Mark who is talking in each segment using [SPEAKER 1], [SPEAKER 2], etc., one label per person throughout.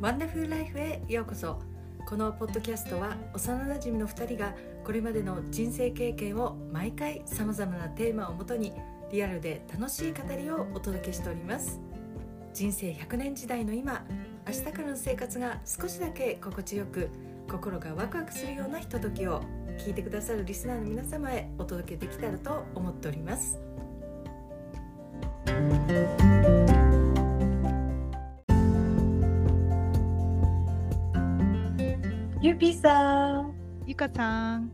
[SPEAKER 1] ワンダフルライフへようこそこのポッドキャストは幼なじみの2人がこれまでの人生経験を毎回さまざまなテーマをもとにリアルで楽しい語りをお届けしております人生100年時代の今明日からの生活が少しだけ心地よく心がワクワクするようなひとときを聞いてくださるリスナーの皆様へお届けできたらと思っておりますゆぴさん
[SPEAKER 2] ゆかさん、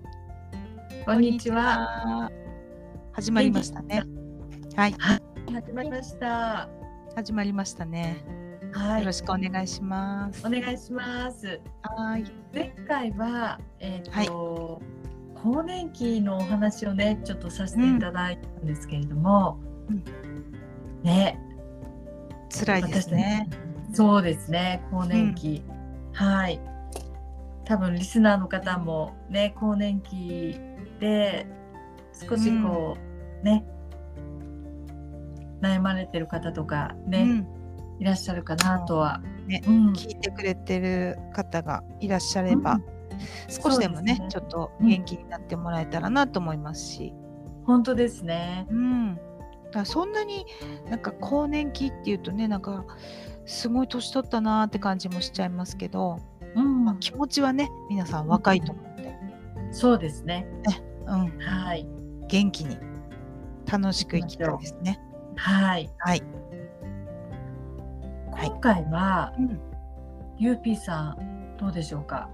[SPEAKER 1] こんにちは
[SPEAKER 2] は。始まりましたね。はい、
[SPEAKER 1] 始まりました
[SPEAKER 2] 始まりましたね。
[SPEAKER 1] は
[SPEAKER 2] よろしくお願いします。
[SPEAKER 1] お願いします
[SPEAKER 2] はい、
[SPEAKER 1] 前回は、えっ、と、更年期のお話をね、ちょっとさせていただいたんですけれども。
[SPEAKER 2] うん
[SPEAKER 1] ね、
[SPEAKER 2] 辛いですね。
[SPEAKER 1] そうですね、更年期。はい。多分リスナーの方もね、更年期で。少しこう、ね。悩まれてる方とか
[SPEAKER 2] う
[SPEAKER 1] ね、
[SPEAKER 2] ん、
[SPEAKER 1] いらっしゃるかなとは。
[SPEAKER 2] ね
[SPEAKER 1] うん、
[SPEAKER 2] 聞いてくれてる方がいらっしゃれば、
[SPEAKER 1] うん
[SPEAKER 2] 少しでもね
[SPEAKER 1] そうですね
[SPEAKER 2] ちょっと元気になってもらえたらなと思いますし、
[SPEAKER 1] 本当ですね。
[SPEAKER 2] うん。だからそんなになんか更年期っていうとねなんかすごい年取ったなーって感じもしちゃいますけど、
[SPEAKER 1] うん
[SPEAKER 2] まあ、、気持ちはね皆さん若いと思って、
[SPEAKER 1] そうですね。
[SPEAKER 2] うん、
[SPEAKER 1] はい。
[SPEAKER 2] 元気に楽しく生きたいですね。
[SPEAKER 1] はい。
[SPEAKER 2] はい。はい
[SPEAKER 1] 今回は、
[SPEAKER 2] うん
[SPEAKER 1] ゆうぴーさん、どうでしょうか。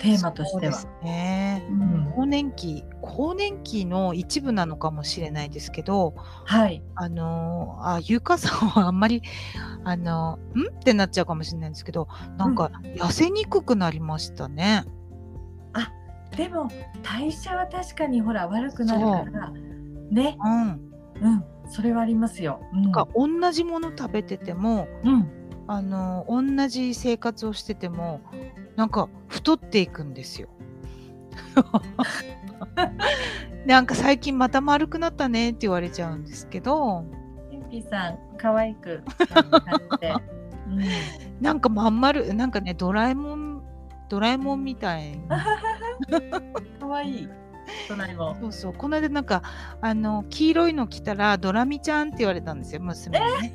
[SPEAKER 1] テーマとしては。
[SPEAKER 2] そうですね。
[SPEAKER 1] うん、
[SPEAKER 2] 更年期、更年期の一部なのかもしれないですけど、
[SPEAKER 1] はい。
[SPEAKER 2] あのーあ、ゆかさんはあんまり、あのーんってなっちゃうかもしれないんですけど、なんか痩せにくくなりましたね。
[SPEAKER 1] でも、代謝は確かにほら、悪くなるから。ね。
[SPEAKER 2] うん。
[SPEAKER 1] うん。それはありますよ。うん。
[SPEAKER 2] なんか同じもの食べてても、
[SPEAKER 1] うん。
[SPEAKER 2] あのー同じ生活をしてても、なんか太っていくんで すよ。なんか最近また丸くなったねって言われちゃうんですけど、
[SPEAKER 1] ゆうぴーさん、可愛く。感 じてうん
[SPEAKER 2] なんかまん丸、なんかね、ドラえもん、ドラえもんみたいな。
[SPEAKER 1] 可愛い。隣も。
[SPEAKER 2] そうそう、この間なんか、あの、黄色いの着たら、ドラミちゃんって言われたんですよ、娘にね。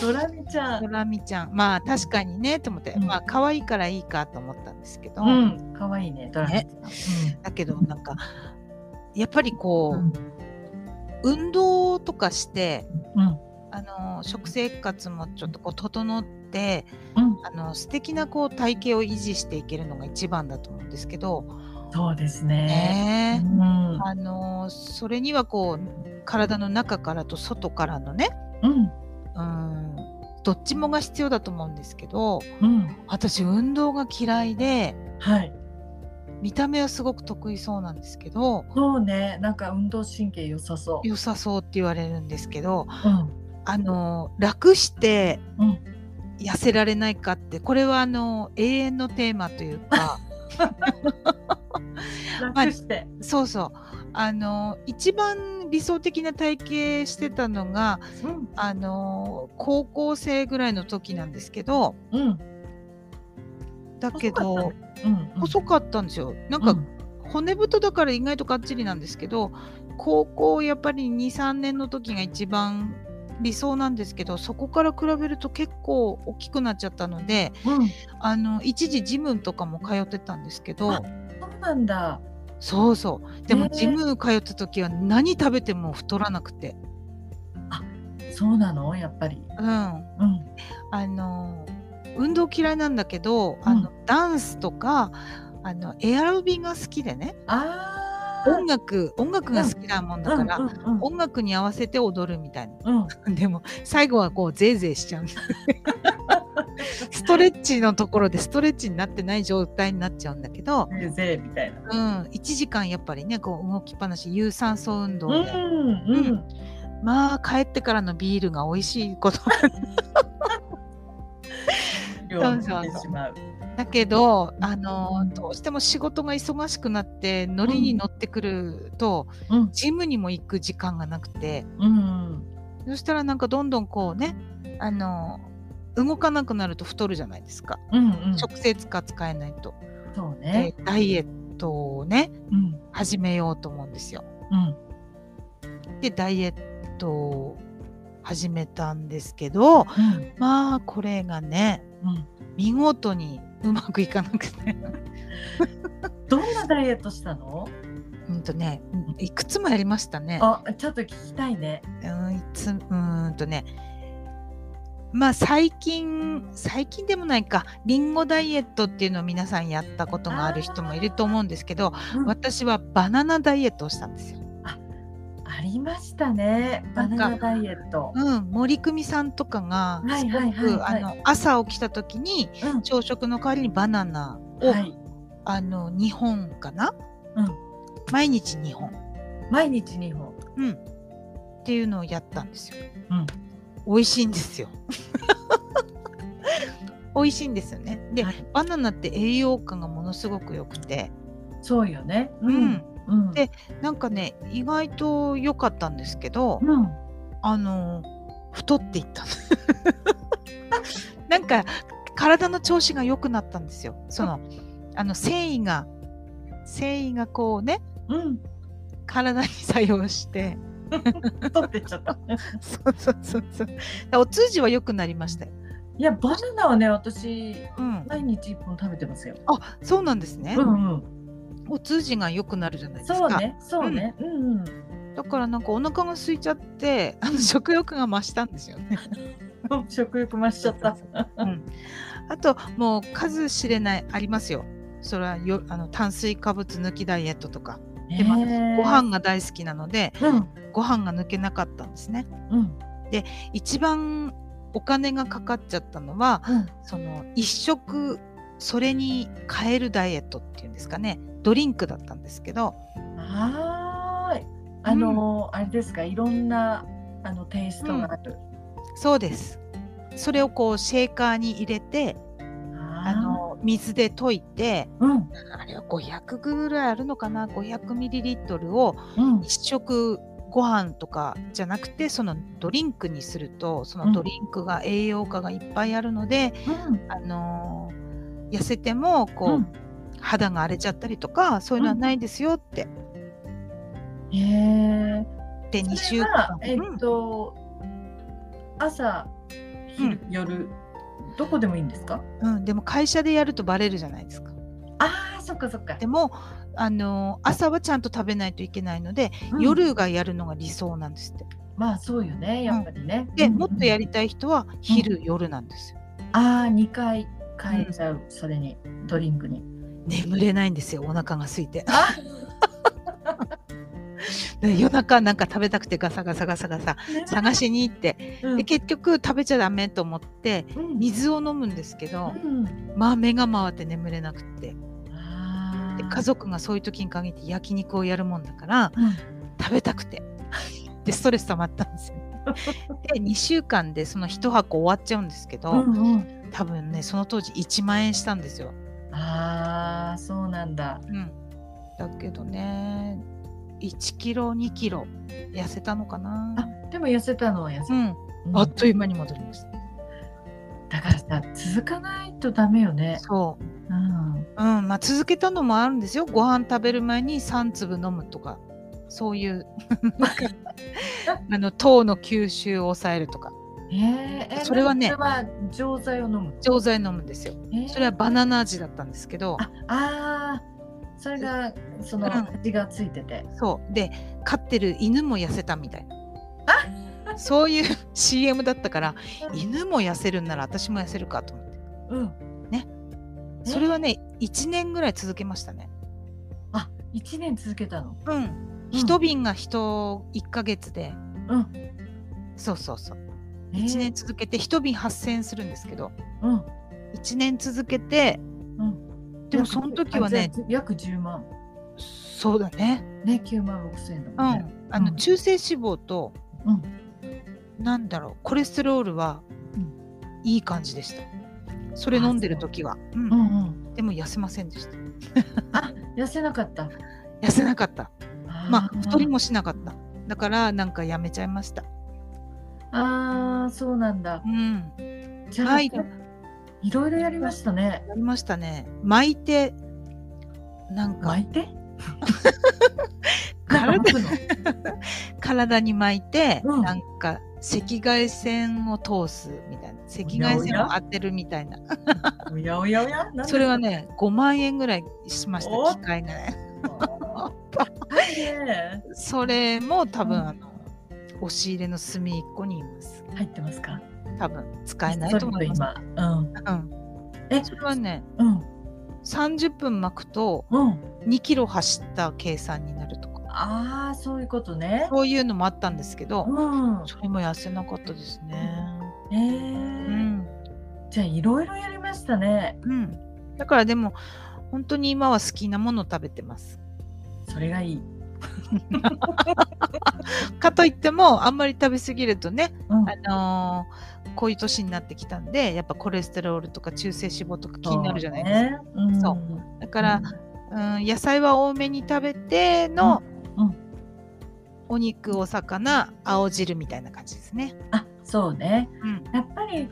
[SPEAKER 1] ドラミちゃ
[SPEAKER 2] ド
[SPEAKER 1] ん。
[SPEAKER 2] ラミちゃん。まあ、確かにね、と思って、
[SPEAKER 1] うん
[SPEAKER 2] まあ、可愛いからいいかと思ったんですけど、
[SPEAKER 1] うん。可愛いね。ドラミち
[SPEAKER 2] だけど、なんか、やっぱり
[SPEAKER 1] ゃ
[SPEAKER 2] こ
[SPEAKER 1] ん。
[SPEAKER 2] う、運動とかして、
[SPEAKER 1] うん。うん。
[SPEAKER 2] あの、食生活もちょっとこう、整って、
[SPEAKER 1] うん。
[SPEAKER 2] あの、素敵なこう、体型を維持していけるのが一番だと思うんですけど、
[SPEAKER 1] そうですね。
[SPEAKER 2] ねえ
[SPEAKER 1] うん。
[SPEAKER 2] あのーそれにはこう体の中からと外からのね
[SPEAKER 1] うん。
[SPEAKER 2] うんどっちもが必要だと思うんですけど
[SPEAKER 1] うん。
[SPEAKER 2] 私運動が嫌いで
[SPEAKER 1] はい。
[SPEAKER 2] 見た目はすごく得意そうなんですけど
[SPEAKER 1] そうね。なんか運動神経良さそう。
[SPEAKER 2] 良さそうって言われるんですけど
[SPEAKER 1] うん。
[SPEAKER 2] あのー楽して
[SPEAKER 1] うん。
[SPEAKER 2] 痩せられないかってこれはあのー永遠のテーマという か
[SPEAKER 1] 楽して。
[SPEAKER 2] そうそうあのー一番理想的な体型してたのが
[SPEAKER 1] うん。
[SPEAKER 2] あのー高校生ぐらいの時なんですけど
[SPEAKER 1] うん。
[SPEAKER 2] だけど。
[SPEAKER 1] うん。
[SPEAKER 2] 細かったんですよ。なんか
[SPEAKER 1] うん
[SPEAKER 2] 骨太だから意外とがっちりなんですけど高校やっぱり23年の時が一番理想なんですけどそこから比べると結構大きくなっちゃったので
[SPEAKER 1] うん。
[SPEAKER 2] あの一時ジムとかも通ってたんですけど
[SPEAKER 1] あそうなんだ。
[SPEAKER 2] そうそうで
[SPEAKER 1] へ
[SPEAKER 2] も
[SPEAKER 1] え
[SPEAKER 2] ジム通った時は何食べても太らなくて
[SPEAKER 1] そうなの、やっぱり。
[SPEAKER 2] うんあ
[SPEAKER 1] うん。
[SPEAKER 2] の運動嫌いなんだけど、あのダンスとかあのエアロビが好きでね
[SPEAKER 1] ああ。
[SPEAKER 2] 音楽音楽が好きなもんだから、
[SPEAKER 1] うんうんうん
[SPEAKER 2] 音楽に合わせて踊るみたい
[SPEAKER 1] うん、
[SPEAKER 2] な でも最後はこうゼーゼーしちゃうん だストレッチのところでストレッチになってない状態になっちゃうんだけど、
[SPEAKER 1] ぜいぜいみたいな。
[SPEAKER 2] うん、1時間やっぱりねこう動きっぱなし有酸素運動で、
[SPEAKER 1] うん、うん、
[SPEAKER 2] まあ帰ってからのビールが美味しいこと
[SPEAKER 1] 量を見てしまう。
[SPEAKER 2] だけどあのどうしても仕事が忙しくなってノリに乗ってくると、
[SPEAKER 1] うん、
[SPEAKER 2] ジムにも行く時間がなくて
[SPEAKER 1] うん、
[SPEAKER 2] そしたらなんかどんどんこうねあの動かなくなると太るじゃないですか、
[SPEAKER 1] うんうん
[SPEAKER 2] 食生活使えないと、
[SPEAKER 1] そう
[SPEAKER 2] で
[SPEAKER 1] ね
[SPEAKER 2] ダイエットをね
[SPEAKER 1] うん
[SPEAKER 2] 始めようと思うんですよ
[SPEAKER 1] うん
[SPEAKER 2] でダイエットを始めたんですけど
[SPEAKER 1] うん
[SPEAKER 2] まあこれがね
[SPEAKER 1] うん
[SPEAKER 2] 見事にうまくいかなくて
[SPEAKER 1] どんなダイエットしたの
[SPEAKER 2] うんとねいくつもやりましたね
[SPEAKER 1] あちょっと聞きたいね
[SPEAKER 2] うんいつうーんとねまあ最近最近でもないかリンゴダイエットっていうのを皆さんやったことがある人もいると思うんですけど
[SPEAKER 1] うん
[SPEAKER 2] 私はバナナダイエットをしたんですよ。
[SPEAKER 1] ありましたねバナナダイエット
[SPEAKER 2] うん、森久美さんとかが
[SPEAKER 1] はい
[SPEAKER 2] す
[SPEAKER 1] はいは
[SPEAKER 2] ご
[SPEAKER 1] い
[SPEAKER 2] く
[SPEAKER 1] は
[SPEAKER 2] あ
[SPEAKER 1] い
[SPEAKER 2] の朝起きた時に
[SPEAKER 1] うん
[SPEAKER 2] 朝食の代わりにバナナを、
[SPEAKER 1] はい
[SPEAKER 2] あの2本かな
[SPEAKER 1] うん
[SPEAKER 2] 毎日2本、
[SPEAKER 1] 毎日二本
[SPEAKER 2] うん、っていうのをやったんですよ。
[SPEAKER 1] うん
[SPEAKER 2] 美味しいんですよ。 美味しいんですよね。で、
[SPEAKER 1] はい
[SPEAKER 2] バナナって栄養価がものすごく良くて、
[SPEAKER 1] そうよねうん
[SPEAKER 2] でなんかね意外と良かったんですけど、
[SPEAKER 1] うん
[SPEAKER 2] あの太っていったの なんか体の調子が良くなったんですよ。そのあの繊維が繊維がこうね
[SPEAKER 1] うん
[SPEAKER 2] 体に作用して
[SPEAKER 1] 取ってっちゃった
[SPEAKER 2] そうそうそうそうお通じは良くなりましたよ。
[SPEAKER 1] いやバナナはね私
[SPEAKER 2] うん、
[SPEAKER 1] 毎日一本食べてますよ
[SPEAKER 2] あそうなんですね、
[SPEAKER 1] んうん
[SPEAKER 2] お通じが良くなるじゃないですか。
[SPEAKER 1] そうねそうねうんうん
[SPEAKER 2] だからなんかお腹が空いちゃってあの食欲が増したんですよね。
[SPEAKER 1] 食欲増しちゃった。
[SPEAKER 2] うん、あともう数知れないありますよ。それはよあの炭水化物抜きダイエットとか。でまあご飯が大好きなので
[SPEAKER 1] うん
[SPEAKER 2] ご飯が抜けなかったんですね。
[SPEAKER 1] うん
[SPEAKER 2] 一番お金がかかっちゃったのは
[SPEAKER 1] うん
[SPEAKER 2] その一食それに変えるダイエットっていうんですかねドリンクだったんですけど
[SPEAKER 1] はーいあのーあれですかいろんなあのテイストがある。
[SPEAKER 2] そうですそれをこうシェーカーに入れてあ
[SPEAKER 1] あ
[SPEAKER 2] の水で溶いて
[SPEAKER 1] うん
[SPEAKER 2] あれは500ぐらいあるのかな500ミリリットルを
[SPEAKER 1] うん
[SPEAKER 2] 一食ご飯とかじゃなくてそのドリンクにするとそのドリンクが栄養価がいっぱいあるので、あのー痩せてもこう、
[SPEAKER 1] うん
[SPEAKER 2] 肌が荒れちゃったりとかそういうのはないですよって、
[SPEAKER 1] うん。へえ。
[SPEAKER 2] で2
[SPEAKER 1] それ
[SPEAKER 2] 週
[SPEAKER 1] は
[SPEAKER 2] 間、
[SPEAKER 1] えっと朝昼夜どこでもいいんですか？
[SPEAKER 2] うんうん、でも会社でやるとバレるじゃないですか
[SPEAKER 1] ああそっかそっか
[SPEAKER 2] で。も、あのー朝はちゃんと食べないといけないので、
[SPEAKER 1] うん
[SPEAKER 2] 夜がやるのが理想なんですって
[SPEAKER 1] まあそうよねやっぱりね。
[SPEAKER 2] で、
[SPEAKER 1] うん
[SPEAKER 2] もっとやりたい人は昼、夜なんですよ
[SPEAKER 1] ああ二回変えちゃうそれにドリンクに。
[SPEAKER 2] 眠れないんですよお腹が空いて
[SPEAKER 1] あ
[SPEAKER 2] で夜中なんか食べたくてガサガサガサガサ探しに行って
[SPEAKER 1] う
[SPEAKER 2] で
[SPEAKER 1] ん
[SPEAKER 2] 結局食べちゃダメと思って
[SPEAKER 1] うん
[SPEAKER 2] 水を飲むんですけど
[SPEAKER 1] うん
[SPEAKER 2] まあ目が回って眠れなくって
[SPEAKER 1] あ
[SPEAKER 2] で
[SPEAKER 1] ー
[SPEAKER 2] 家族がそういう時に限って焼肉をやるもんだから
[SPEAKER 1] うん
[SPEAKER 2] 食べたくてでストレス溜まったんです よ。で2週間でその1箱終わっちゃうんですけど、
[SPEAKER 1] うんうん
[SPEAKER 2] 多分ねその当時1万円したんですよ。
[SPEAKER 1] ああそうなんだ。
[SPEAKER 2] うん、だけどね1キロ2キロ痩せたのかな
[SPEAKER 1] あでも痩せたのは痩せ
[SPEAKER 2] う
[SPEAKER 1] た。
[SPEAKER 2] ん、
[SPEAKER 1] うん
[SPEAKER 2] あっという間に戻りました、
[SPEAKER 1] だからさ続かないとダメよね。
[SPEAKER 2] そう、
[SPEAKER 1] うん。
[SPEAKER 2] うんまあ、続けたのもあるんですよご飯食べる前に3粒飲むとかそういう あの糖の吸収を抑えるとか
[SPEAKER 1] えー、え
[SPEAKER 2] それはね
[SPEAKER 1] それは錠剤を飲む。
[SPEAKER 2] 錠剤飲むんですよ
[SPEAKER 1] えー
[SPEAKER 2] それはバナナ味だったんですけど
[SPEAKER 1] ああーそれがその
[SPEAKER 2] うん
[SPEAKER 1] 味がついてて。
[SPEAKER 2] そうで飼ってる犬も痩せたみたいなそういう CM だったから犬も痩せるんなら私も痩せるかと思って。
[SPEAKER 1] うん。
[SPEAKER 2] ね
[SPEAKER 1] え。
[SPEAKER 2] それはね、1年ぐらい続けましたね。
[SPEAKER 1] あ一年続けたの。
[SPEAKER 2] うん。一瓶が人1ヶ月で、
[SPEAKER 1] うん。
[SPEAKER 2] そうそうそう。
[SPEAKER 1] えー
[SPEAKER 2] 1年。続けて、一瓶8000円するんですけど、
[SPEAKER 1] うん。
[SPEAKER 2] 1年続けて、
[SPEAKER 1] うん。
[SPEAKER 2] でもその時はね
[SPEAKER 1] 約、約10万。
[SPEAKER 2] そうだね。
[SPEAKER 1] ね9万6千円だ
[SPEAKER 2] う
[SPEAKER 1] もんね。
[SPEAKER 2] ん。あの、
[SPEAKER 1] うん
[SPEAKER 2] 中性脂肪と、
[SPEAKER 1] うん
[SPEAKER 2] なんだろう、コレステロールは、
[SPEAKER 1] うん
[SPEAKER 2] いい感じでした。それ飲んでる時は。う。
[SPEAKER 1] うんんうん。
[SPEAKER 2] でも痩せませんでした。
[SPEAKER 1] 痩せなかった。
[SPEAKER 2] 痩せなかった。ま
[SPEAKER 1] ー
[SPEAKER 2] あ、太り。もしなかった。だから、なんかやめちゃいました。
[SPEAKER 1] ああそうなんだ
[SPEAKER 2] う。ん。
[SPEAKER 1] じゃあ、、
[SPEAKER 2] はいい、あ
[SPEAKER 1] ろいろやりましたね。
[SPEAKER 2] りましたね。巻いて、なんか
[SPEAKER 1] 巻いてなんか
[SPEAKER 2] 体
[SPEAKER 1] 巻くの
[SPEAKER 2] 体に巻いて、
[SPEAKER 1] うん
[SPEAKER 2] なんか赤外線を通すみたいな赤外線を当てるみたいな
[SPEAKER 1] おやおやおやなんだ
[SPEAKER 2] それはね5万円ぐらいしました
[SPEAKER 1] お
[SPEAKER 2] 機械がね
[SPEAKER 1] はい ね
[SPEAKER 2] それも多分、
[SPEAKER 1] うん
[SPEAKER 2] あの押し入れの隅っこにいます
[SPEAKER 1] 入ってますか
[SPEAKER 2] 多分使えないと思います
[SPEAKER 1] ます。うん。
[SPEAKER 2] うん、
[SPEAKER 1] え、
[SPEAKER 2] それはね
[SPEAKER 1] うん。
[SPEAKER 2] 30分巻くと
[SPEAKER 1] うん。
[SPEAKER 2] 2キロ走った計算になるとか
[SPEAKER 1] ああ、そういうことね。
[SPEAKER 2] そういうのもあったんですけど
[SPEAKER 1] うん。
[SPEAKER 2] それも痩せなかったですね
[SPEAKER 1] え
[SPEAKER 2] う
[SPEAKER 1] ー
[SPEAKER 2] ん
[SPEAKER 1] じゃあ、いろいろやりましたね。
[SPEAKER 2] うん、だからでも本当に今は好きなものを食べてます。
[SPEAKER 1] それがいい。
[SPEAKER 2] かといってもあんまり食べ過ぎるとね、
[SPEAKER 1] うん。
[SPEAKER 2] あのーこういう年になってきたんでやっぱコレステロールとか中性脂肪とか気になるじゃないですか。
[SPEAKER 1] そうね。
[SPEAKER 2] そ
[SPEAKER 1] うん。
[SPEAKER 2] だから、うん、野菜は多めに食べての、
[SPEAKER 1] うんう
[SPEAKER 2] お肉お魚青汁みたいな感じですね。
[SPEAKER 1] あ、そうね。
[SPEAKER 2] うん、
[SPEAKER 1] やっぱり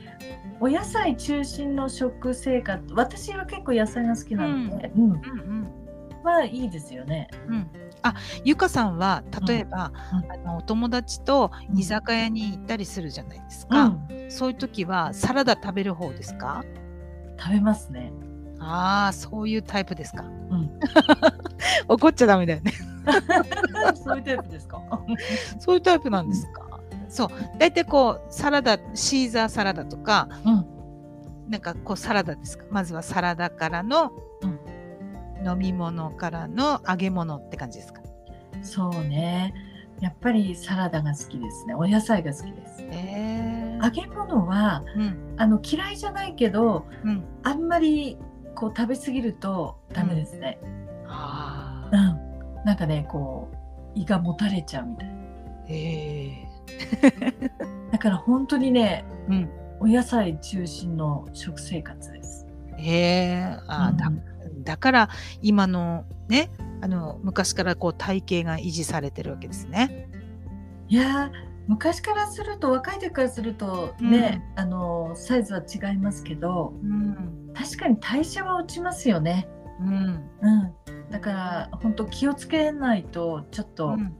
[SPEAKER 1] お野菜中心の食生活私は結構野菜が好きなので、うん
[SPEAKER 2] うん、うん
[SPEAKER 1] はいいですよね。
[SPEAKER 2] うん、あゆかさんは例えば、
[SPEAKER 1] うんうん
[SPEAKER 2] あのお友達と
[SPEAKER 1] うん
[SPEAKER 2] 居酒屋に行ったりするじゃないです
[SPEAKER 1] う
[SPEAKER 2] か、
[SPEAKER 1] ん、
[SPEAKER 2] そういう時はサラダ食べる方ですか
[SPEAKER 1] 食べますね。
[SPEAKER 2] ああそういうタイプですか、
[SPEAKER 1] ん
[SPEAKER 2] 怒っちゃダメだよね
[SPEAKER 1] そういうタイプですか。
[SPEAKER 2] そういうタイプなんですか、そう大体こうサラダシーザーサラダとか
[SPEAKER 1] うん、
[SPEAKER 2] なんかこうサラダですかまずはサラダからの、
[SPEAKER 1] うん
[SPEAKER 2] 飲み物からの揚げ物って感じですか
[SPEAKER 1] そうね。やっぱりサラダが好きですね。お野菜が好きです。
[SPEAKER 2] え
[SPEAKER 1] 揚げ物は
[SPEAKER 2] うん
[SPEAKER 1] あの嫌いじゃないけど、
[SPEAKER 2] うん
[SPEAKER 1] あんまりこう食べ過ぎるとダメですね。
[SPEAKER 2] あ
[SPEAKER 1] う
[SPEAKER 2] あ
[SPEAKER 1] ん、なんかね、こう胃がもたれちゃうみたいな。
[SPEAKER 2] ええ
[SPEAKER 1] だから本当にね、
[SPEAKER 2] うん
[SPEAKER 1] お野菜中心の食生活です。
[SPEAKER 2] へえあー、
[SPEAKER 1] う
[SPEAKER 2] だ
[SPEAKER 1] ん
[SPEAKER 2] だから今のねあの昔からこう体型が維持されてるわけですね。
[SPEAKER 1] いやー昔からすると若い時からするとね、あのサイズは違いますけど
[SPEAKER 2] うん
[SPEAKER 1] 確かに代謝は落ちますよね、
[SPEAKER 2] うん
[SPEAKER 1] うん、だから本当気をつけないとちょっ
[SPEAKER 2] う
[SPEAKER 1] と
[SPEAKER 2] ん、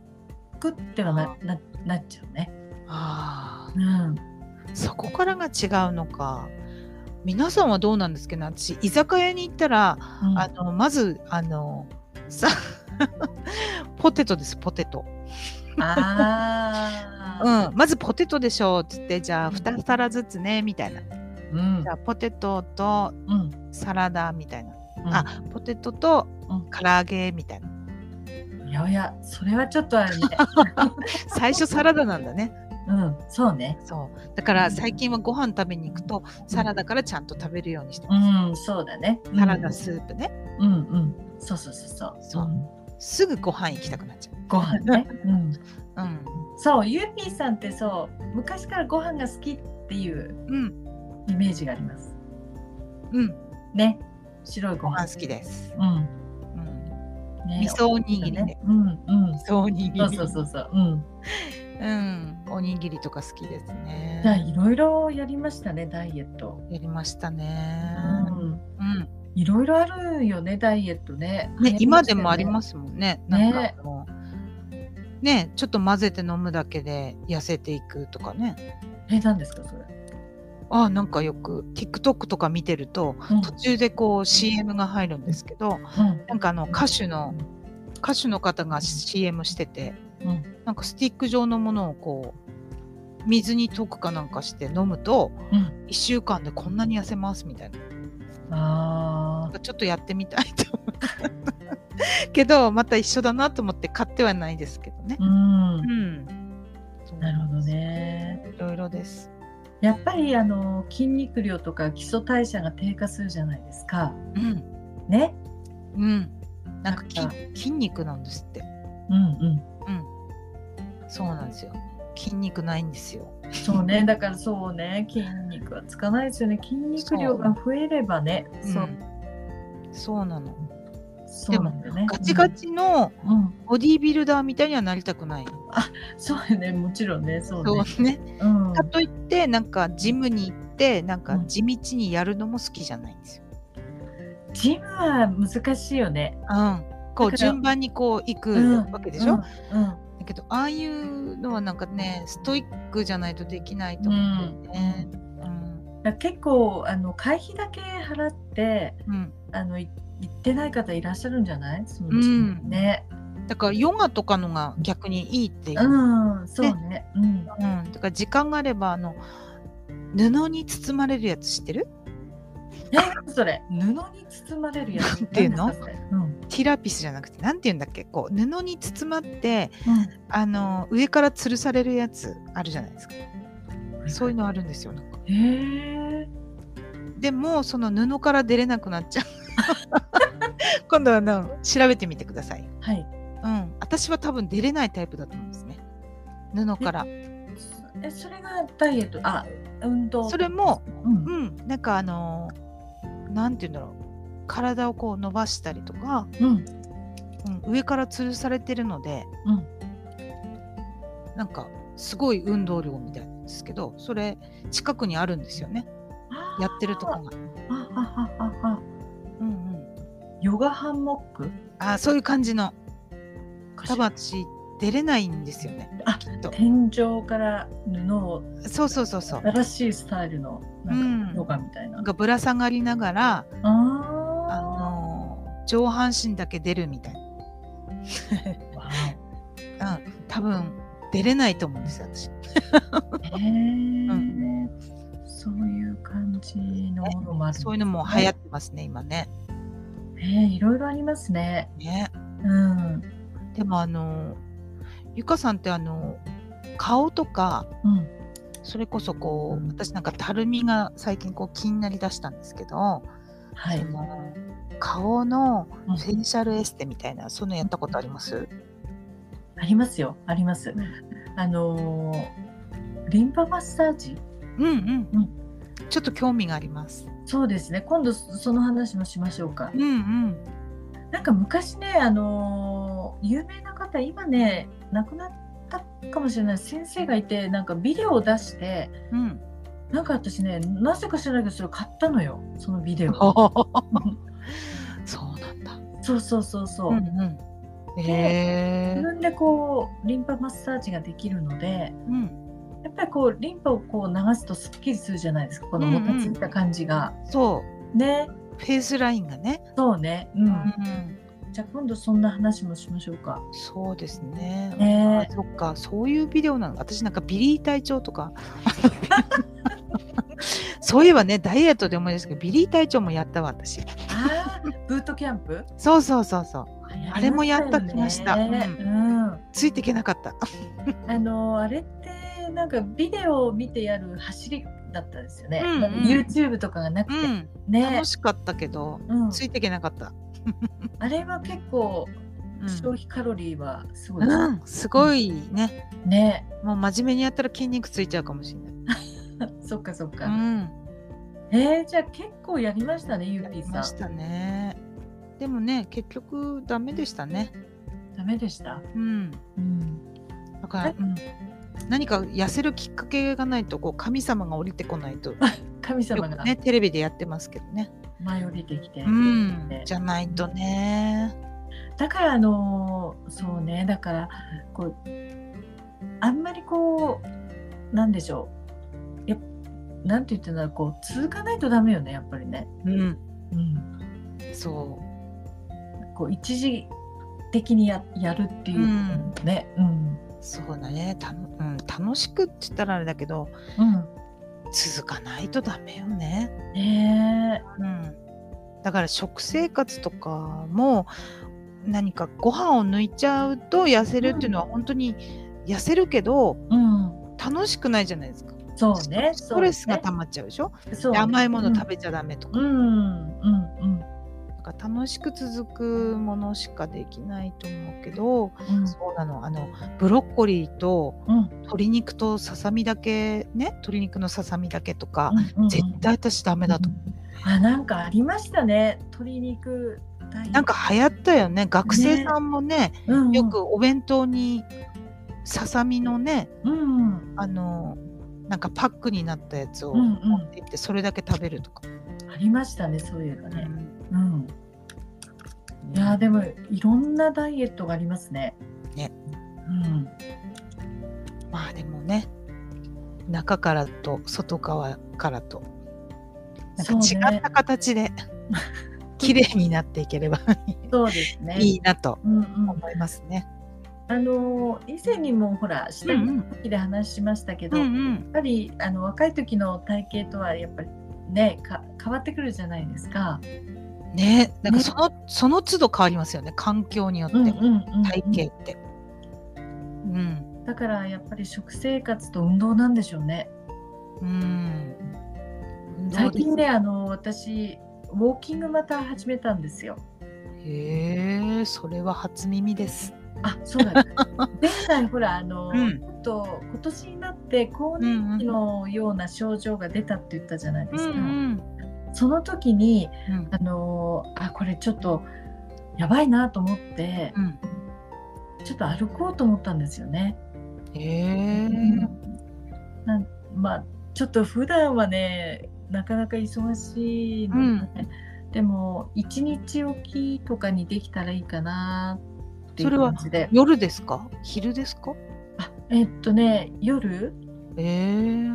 [SPEAKER 1] クッてはな,、ななっちゃうね、
[SPEAKER 2] あ
[SPEAKER 1] うん、
[SPEAKER 2] ーそこからが違うのか皆さんはどうなんですけど私居酒屋に行ったら、あのまずあのさ ポテトですポテト、
[SPEAKER 1] あ
[SPEAKER 2] う
[SPEAKER 1] ー
[SPEAKER 2] ん、まずポテトでしょうっつってじゃあ2皿ずつねみたいなじ
[SPEAKER 1] うん
[SPEAKER 2] ゃあポテトと
[SPEAKER 1] うん
[SPEAKER 2] サラダみたいな
[SPEAKER 1] うん
[SPEAKER 2] あポテトと
[SPEAKER 1] うん
[SPEAKER 2] 唐揚げみたいな。
[SPEAKER 1] いやいやそれはちょっとあ れね
[SPEAKER 2] 最初サラダなんだね。
[SPEAKER 1] うんそうね
[SPEAKER 2] そう。だから最近はご飯食べに行くとサラダからちゃんと食べるようにして
[SPEAKER 1] う
[SPEAKER 2] ます。
[SPEAKER 1] んそうだね
[SPEAKER 2] サラダスープね。
[SPEAKER 1] うんうんそうそうそうそう
[SPEAKER 2] そうんすぐご飯行きたくなっちゃ
[SPEAKER 1] ご飯ね、うん
[SPEAKER 2] う。
[SPEAKER 1] そうゆうぴーさんってそう昔からご飯が好きっていう
[SPEAKER 2] うん。うん。
[SPEAKER 1] イメージがあります
[SPEAKER 2] うん。
[SPEAKER 1] ね白いご
[SPEAKER 2] ご飯
[SPEAKER 1] 飯
[SPEAKER 2] 好きです。
[SPEAKER 1] うん
[SPEAKER 2] うん。
[SPEAKER 1] ね
[SPEAKER 2] 味噌おにぎりね。
[SPEAKER 1] うんうん
[SPEAKER 2] 味噌おにぎり。
[SPEAKER 1] そうそうそうそううん
[SPEAKER 2] うん。おにぎりとか好きです
[SPEAKER 1] じゃあ
[SPEAKER 2] ね。
[SPEAKER 1] いろいろやりましたねダイエット
[SPEAKER 2] やりましたね。
[SPEAKER 1] うん
[SPEAKER 2] うん。
[SPEAKER 1] いろいろあるよねダイエットね
[SPEAKER 2] ね、今でもあり
[SPEAKER 1] す
[SPEAKER 2] ますもんね。なん
[SPEAKER 1] ね
[SPEAKER 2] かあのね、ちょっと混ぜて飲むだけで痩せていくとかね。
[SPEAKER 1] えなんですかそれ、
[SPEAKER 2] あなんかよく TikTok とか見てると
[SPEAKER 1] うん
[SPEAKER 2] 途中でこう CM が入るんですけどなんかあの歌手の歌手の方が CM してて
[SPEAKER 1] うんうん
[SPEAKER 2] なんかスティック状のものをこう水に溶くかなんかして飲むと
[SPEAKER 1] うん
[SPEAKER 2] 1週間でこんなに痩せますみたいな
[SPEAKER 1] あ
[SPEAKER 2] なんかちょっとやってみたいと思った けどまた一緒だなと思って買ってはないですけどね
[SPEAKER 1] ー。うん
[SPEAKER 2] うん、
[SPEAKER 1] なるほどね
[SPEAKER 2] いろいろです。
[SPEAKER 1] やっぱりあの筋肉量とか基礎代謝が低下するじゃないですか
[SPEAKER 2] うん、
[SPEAKER 1] ね
[SPEAKER 2] うん、な
[SPEAKER 1] なん
[SPEAKER 2] んか
[SPEAKER 1] か
[SPEAKER 2] き筋肉なんですって。
[SPEAKER 1] うんうん
[SPEAKER 2] そうなんですよ。筋肉ないんですよ。、
[SPEAKER 1] そうね、だからそうね、筋肉はつかないですよね。筋肉量が増えればね、そううん
[SPEAKER 2] そうなの。
[SPEAKER 1] そうなんだよね。
[SPEAKER 2] ガチガチの
[SPEAKER 1] うん、うん
[SPEAKER 2] ボディービルダーみたいにはなりたくない。
[SPEAKER 1] そうよね、もちろんね、そうね。
[SPEAKER 2] そうね。
[SPEAKER 1] うん、
[SPEAKER 2] かといってなんかジムに行っってなんか
[SPEAKER 1] うん
[SPEAKER 2] 地道にやるのも好きじゃないんですよ。
[SPEAKER 1] ジムは難しいよね。
[SPEAKER 2] うん、こ
[SPEAKER 1] だか
[SPEAKER 2] う
[SPEAKER 1] ら
[SPEAKER 2] 順番にこう行く
[SPEAKER 1] うん
[SPEAKER 2] わけでしょ、だ
[SPEAKER 1] うん。
[SPEAKER 2] けどああいうのはなんかねストイックじゃないとできないと思うんだよね。うん
[SPEAKER 1] うん、結構あの会費だけ払って
[SPEAKER 2] うん
[SPEAKER 1] あのい行ってない方いらっしゃるんじゃない？その
[SPEAKER 2] うん
[SPEAKER 1] ジムね。
[SPEAKER 2] だからヨガとかのが逆にいいっていう、
[SPEAKER 1] うん、そうね。うん。
[SPEAKER 2] うん、だから時間があればあの布に包まれるやつ知ってる
[SPEAKER 1] え、それ布に包まれるやつ。
[SPEAKER 2] ていうの
[SPEAKER 1] なんだそれうん。うん。
[SPEAKER 2] ティラピスじゃなくてなんて言うんだっけこう布に包まってあの上から吊るされるやつあるじゃないですかそういうのあるんですよなんか
[SPEAKER 1] へえ。
[SPEAKER 2] でもその布から出れなくなっちゃう 今度はあの調べてみてください、
[SPEAKER 1] はい。
[SPEAKER 2] うん、私は多分出れないタイプだと思うんですね布から
[SPEAKER 1] え、それがダイエット、あ、運動。
[SPEAKER 2] それも、
[SPEAKER 1] うん
[SPEAKER 2] う。ん、なんかあのなんて言うんだろう体をこう伸ばしたりとか、
[SPEAKER 1] うん。
[SPEAKER 2] うん、上から吊るされてるので、
[SPEAKER 1] うん
[SPEAKER 2] なんかすごい運動量みたいなんですけどそれ近くにあるんですよねやってるとこが、
[SPEAKER 1] あああああ
[SPEAKER 2] うんうん、
[SPEAKER 1] ヨガハンモック
[SPEAKER 2] あーそういう感じの
[SPEAKER 1] かし
[SPEAKER 2] 多
[SPEAKER 1] ら
[SPEAKER 2] 分私出れないんですよね
[SPEAKER 1] あ
[SPEAKER 2] きっと
[SPEAKER 1] 天井から布を
[SPEAKER 2] そうそうそうそう
[SPEAKER 1] 新しいスタイルのなんか
[SPEAKER 2] うん
[SPEAKER 1] ヨガみたいな、
[SPEAKER 2] なんかぶら下がりながら、あ
[SPEAKER 1] あ
[SPEAKER 2] のー上半身だけ出るみたい
[SPEAKER 1] ーわ
[SPEAKER 2] な、うん、多分出れないと思うんですよ私
[SPEAKER 1] おへえそういう感じのものもある
[SPEAKER 2] そういうのも流行ってますね今ね
[SPEAKER 1] えーいろいろありますね
[SPEAKER 2] ね
[SPEAKER 1] うん
[SPEAKER 2] でもあのゆかさんってあの顔とか
[SPEAKER 1] うん
[SPEAKER 2] それこそこう私なんかたるみが最近こう気になりだしたんですけど、
[SPEAKER 1] はい、
[SPEAKER 2] その顔のフェイシャルエステみたいなそういうのやったことあります、
[SPEAKER 1] ありますよあります、
[SPEAKER 2] ん
[SPEAKER 1] あのーリンパマッサージ
[SPEAKER 2] うん、うん
[SPEAKER 1] う
[SPEAKER 2] ちょっと興味があります。
[SPEAKER 1] そうですね今度その話もしましょうか
[SPEAKER 2] うんうん
[SPEAKER 1] なんか昔ね、あのー有名な方、今ね、亡くなったかもしれない先生がいて、なんかビデオを出して、
[SPEAKER 2] うん、
[SPEAKER 1] なんか私ね、なぜか知らないけど、それ買ったのよ、そのビデオ。
[SPEAKER 2] そうなんだ。
[SPEAKER 1] そうそうそうそう。
[SPEAKER 2] んうん、へ
[SPEAKER 1] 自
[SPEAKER 2] え。
[SPEAKER 1] 分でこうリンパマッサージができるので
[SPEAKER 2] うん、
[SPEAKER 1] やっぱりこうリンパをこう流すとすっきりするじゃないですかこの
[SPEAKER 2] うんう
[SPEAKER 1] も
[SPEAKER 2] ん
[SPEAKER 1] たついた感じが。
[SPEAKER 2] そう
[SPEAKER 1] ね
[SPEAKER 2] フェイスラインがね。
[SPEAKER 1] そうね、う、
[SPEAKER 2] うんん、
[SPEAKER 1] じゃあ今度そんな話もしましょうか。
[SPEAKER 2] そうですね。
[SPEAKER 1] ね
[SPEAKER 2] あそっか、そういうビデオなの。私なんかビリー隊長とか。 そういえばね、ダイエットで思い出したけど、ビリー隊長もやったわ、私。
[SPEAKER 1] あーブートキャンプ
[SPEAKER 2] そうそうそうそう。
[SPEAKER 1] あ
[SPEAKER 2] あれもやった気がした
[SPEAKER 1] うん
[SPEAKER 2] ついていけなかった。
[SPEAKER 1] あのあれってなんかビデオを見てやる走りだったんですよね、
[SPEAKER 2] うんうん
[SPEAKER 1] YouTube とかがなく
[SPEAKER 2] う
[SPEAKER 1] て、
[SPEAKER 2] ん、
[SPEAKER 1] ね
[SPEAKER 2] 楽、しかったけど、
[SPEAKER 1] うん、
[SPEAKER 2] ついていけなかった。
[SPEAKER 1] あれは結構
[SPEAKER 2] うん
[SPEAKER 1] 消費カロリーはすごいです、
[SPEAKER 2] うん、すごいね。
[SPEAKER 1] ね
[SPEAKER 2] もう真面目にやったら筋肉ついちゃうかもしれない。
[SPEAKER 1] そっかそっ
[SPEAKER 2] う
[SPEAKER 1] か、
[SPEAKER 2] ん、
[SPEAKER 1] えー、じゃあ結構やりましたねゆう
[SPEAKER 2] や
[SPEAKER 1] ぴ
[SPEAKER 2] り
[SPEAKER 1] ーさ
[SPEAKER 2] ま
[SPEAKER 1] ん
[SPEAKER 2] したね。でもね、結局ダメでしたね。
[SPEAKER 1] ダメでした、
[SPEAKER 2] うん。
[SPEAKER 1] うん、
[SPEAKER 2] だから、
[SPEAKER 1] はい
[SPEAKER 2] うん、何か痩せるきっかけがないとこう神様が降りてこないとよ
[SPEAKER 1] 神様
[SPEAKER 2] く
[SPEAKER 1] が
[SPEAKER 2] ねテレビでやってますけどね、
[SPEAKER 1] 舞い降りてきて、
[SPEAKER 2] うん
[SPEAKER 1] ね、
[SPEAKER 2] じゃないとね
[SPEAKER 1] だからあのーそうねだからこうあんまりこうなんでしょうやっなんて言ってんだろうこう続かないとダメよねやっぱりね、
[SPEAKER 2] うん
[SPEAKER 1] うん、
[SPEAKER 2] そ
[SPEAKER 1] こう一時的にややるっていう
[SPEAKER 2] うん
[SPEAKER 1] ね、うん
[SPEAKER 2] うそうだねたの、うん、楽しくって言ったらあれだけど
[SPEAKER 1] うん
[SPEAKER 2] 続かないとダメよね、
[SPEAKER 1] ね
[SPEAKER 2] うん、だから食生活とかも何かご飯を抜いちゃうと痩せるっていうのは本当に痩せるけど
[SPEAKER 1] えうん
[SPEAKER 2] 楽しくないじゃないですか
[SPEAKER 1] そうね
[SPEAKER 2] ストレスが溜
[SPEAKER 1] ま
[SPEAKER 2] まっちゃうでしょ、
[SPEAKER 1] そうね
[SPEAKER 2] で甘いもの食べちゃダメとか
[SPEAKER 1] うんうんうん
[SPEAKER 2] なんか楽しく続くものしかできないと思うけど、
[SPEAKER 1] うん
[SPEAKER 2] そうなのあのブロッコリーと
[SPEAKER 1] うん
[SPEAKER 2] 鶏肉とささみだけね鶏肉のささみだけとか、
[SPEAKER 1] うん
[SPEAKER 2] 絶対私ダメだと思
[SPEAKER 1] あなんかありましたね鶏肉大
[SPEAKER 2] う
[SPEAKER 1] 変
[SPEAKER 2] なんか流行ったよね学生さんもね
[SPEAKER 1] うんうん
[SPEAKER 2] よくお弁当にささみのね
[SPEAKER 1] うんうん
[SPEAKER 2] あのなんかパックになったやつを
[SPEAKER 1] うんうん
[SPEAKER 2] 持って行ってそれだけ食べるとか、
[SPEAKER 1] ありましたねそういえばね、
[SPEAKER 2] ね
[SPEAKER 1] うん、いやーでもいろんなダイエットがありますね
[SPEAKER 2] ね
[SPEAKER 1] うん
[SPEAKER 2] まあでもね中からと外側からとなん
[SPEAKER 1] そう
[SPEAKER 2] か違
[SPEAKER 1] ね
[SPEAKER 2] った 形で綺麗になっていければ
[SPEAKER 1] そうですね
[SPEAKER 2] いいなと
[SPEAKER 1] うんうん、
[SPEAKER 2] 思いますね。
[SPEAKER 1] あのー以前にもほら下着の時で話しましたけど、やっ
[SPEAKER 2] ん
[SPEAKER 1] ぱりあの若い時の体型とはやっぱりねか変わってくるじゃないですか。
[SPEAKER 2] ねなんか
[SPEAKER 1] ね
[SPEAKER 2] そのその都度変わりますよね環境によって、
[SPEAKER 1] ん
[SPEAKER 2] 体型って。うん、
[SPEAKER 1] だからやっぱり食生活と運動なんでしょうね。
[SPEAKER 2] うん
[SPEAKER 1] 最近ねあの私ウォーキングまた始めたんですよ。
[SPEAKER 2] へえそれは初耳です。
[SPEAKER 1] あそうだ、ね、 前回ほらあの、
[SPEAKER 2] うん
[SPEAKER 1] ちょっと今年になって更年期のような症状が出たって言ったじゃないですか。その時にあのーあこれちょっとやばいなと思って
[SPEAKER 2] うん
[SPEAKER 1] ちょっと歩こうと思ったんですよね。
[SPEAKER 2] へえ
[SPEAKER 1] なんまあちょっと普段はねなかなか忙しいので、でも1日おきとかにできたらいいかなっていう
[SPEAKER 2] それは
[SPEAKER 1] 感じで
[SPEAKER 2] 夜ですか昼ですか
[SPEAKER 1] あえっとね夜
[SPEAKER 2] ええ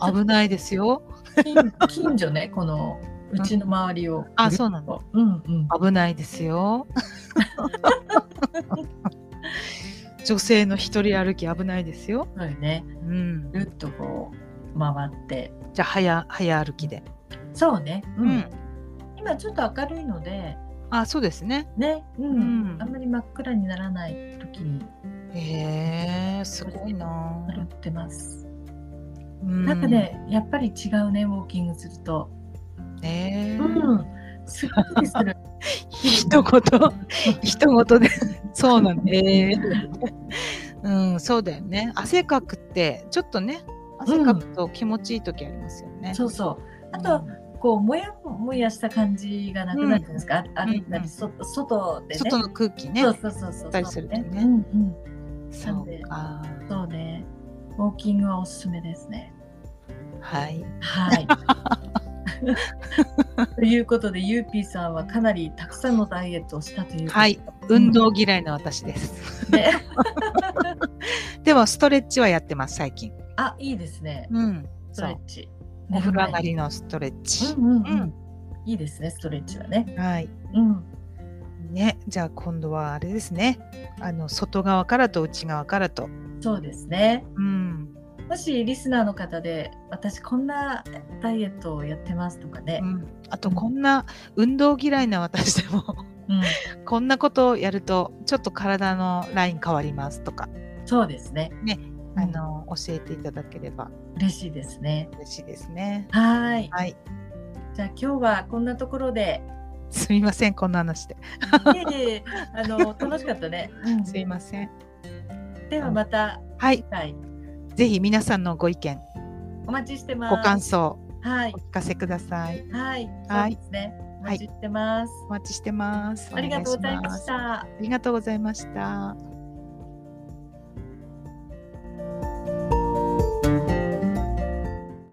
[SPEAKER 2] 危ないですよ。
[SPEAKER 1] 近近所ねこのうちの周りを、
[SPEAKER 2] あそうなんだ
[SPEAKER 1] うんうん
[SPEAKER 2] 危ないです よ。女性の一人歩き危ないですよ。
[SPEAKER 1] そうよね
[SPEAKER 2] うん、
[SPEAKER 1] ぐるっとこう回って
[SPEAKER 2] じゃあ早早歩きで。
[SPEAKER 1] そうね、う、
[SPEAKER 2] うん
[SPEAKER 1] 今ちょっと明るいので
[SPEAKER 2] あそうですね。
[SPEAKER 1] ね、うん
[SPEAKER 2] うん
[SPEAKER 1] あんまり真っ暗にならない時に
[SPEAKER 2] へえすごいな。
[SPEAKER 1] 歩ってます、
[SPEAKER 2] な
[SPEAKER 1] なんか。ねやっぱり違うねウォーキングすると
[SPEAKER 2] ねえ
[SPEAKER 1] うんすっきりす る
[SPEAKER 2] 一 言一言でそうなんだ、ええ うんそうだよね汗かくってちょっとね汗かくと気持ちいい時ありますよね、
[SPEAKER 1] そうそうあとはこうもやもやした感じがなくなるじゃないですか、あ歩いたり、そ外でね
[SPEAKER 2] 外の空気ね
[SPEAKER 1] そうそうそうそう
[SPEAKER 2] ったりするとね
[SPEAKER 1] うんうん
[SPEAKER 2] そうか
[SPEAKER 1] そうねウォーキングはおすすめですね
[SPEAKER 2] はい
[SPEAKER 1] はい ということでゆうぴーさんはかなりたくさんのダイエットをしたということで
[SPEAKER 2] はい運動嫌いの私です、でもストレッチはやってます最近
[SPEAKER 1] あいいですね
[SPEAKER 2] うん
[SPEAKER 1] スト
[SPEAKER 2] そ
[SPEAKER 1] レ
[SPEAKER 2] う
[SPEAKER 1] ッチ。
[SPEAKER 2] お風呂上がりのストレッチ、
[SPEAKER 1] うんうんう
[SPEAKER 2] うん
[SPEAKER 1] ん。いいですね、ストレッチはね。
[SPEAKER 2] はい
[SPEAKER 1] うん。
[SPEAKER 2] ねじゃあ今度はあれですねあの外側からと内側からと
[SPEAKER 1] そうですね。
[SPEAKER 2] うん
[SPEAKER 1] もしリスナーの方で、私こんなダイエットをやってますとかね
[SPEAKER 2] う。ん、あと
[SPEAKER 1] うん
[SPEAKER 2] こんな運動嫌いな私でも
[SPEAKER 1] うん。
[SPEAKER 2] こんなことをやるとちょっと体のライン変わりますとか、
[SPEAKER 1] そうですね。
[SPEAKER 2] ね
[SPEAKER 1] うん。
[SPEAKER 2] あの教えていただければ
[SPEAKER 1] 嬉しいですね。
[SPEAKER 2] 嬉しいですね。
[SPEAKER 1] はーい。
[SPEAKER 2] はい、
[SPEAKER 1] じゃあ今日はこんなところ で、
[SPEAKER 2] すみませんこんな話で。
[SPEAKER 1] いえいえあの楽しかったね。
[SPEAKER 2] すいません。
[SPEAKER 1] ではまた
[SPEAKER 2] はい
[SPEAKER 1] 次、回
[SPEAKER 2] ぜひ皆さんのご意見、
[SPEAKER 1] お待ちしてます。
[SPEAKER 2] ご感想
[SPEAKER 1] はい
[SPEAKER 2] お聞かせください。
[SPEAKER 1] はい
[SPEAKER 2] はい
[SPEAKER 1] そうですね。お
[SPEAKER 2] はい
[SPEAKER 1] 待ちしてます。
[SPEAKER 2] お待ちしてます。
[SPEAKER 1] ありがとうござい
[SPEAKER 2] お願
[SPEAKER 1] ま
[SPEAKER 2] し
[SPEAKER 1] した。
[SPEAKER 2] ありがとうございました。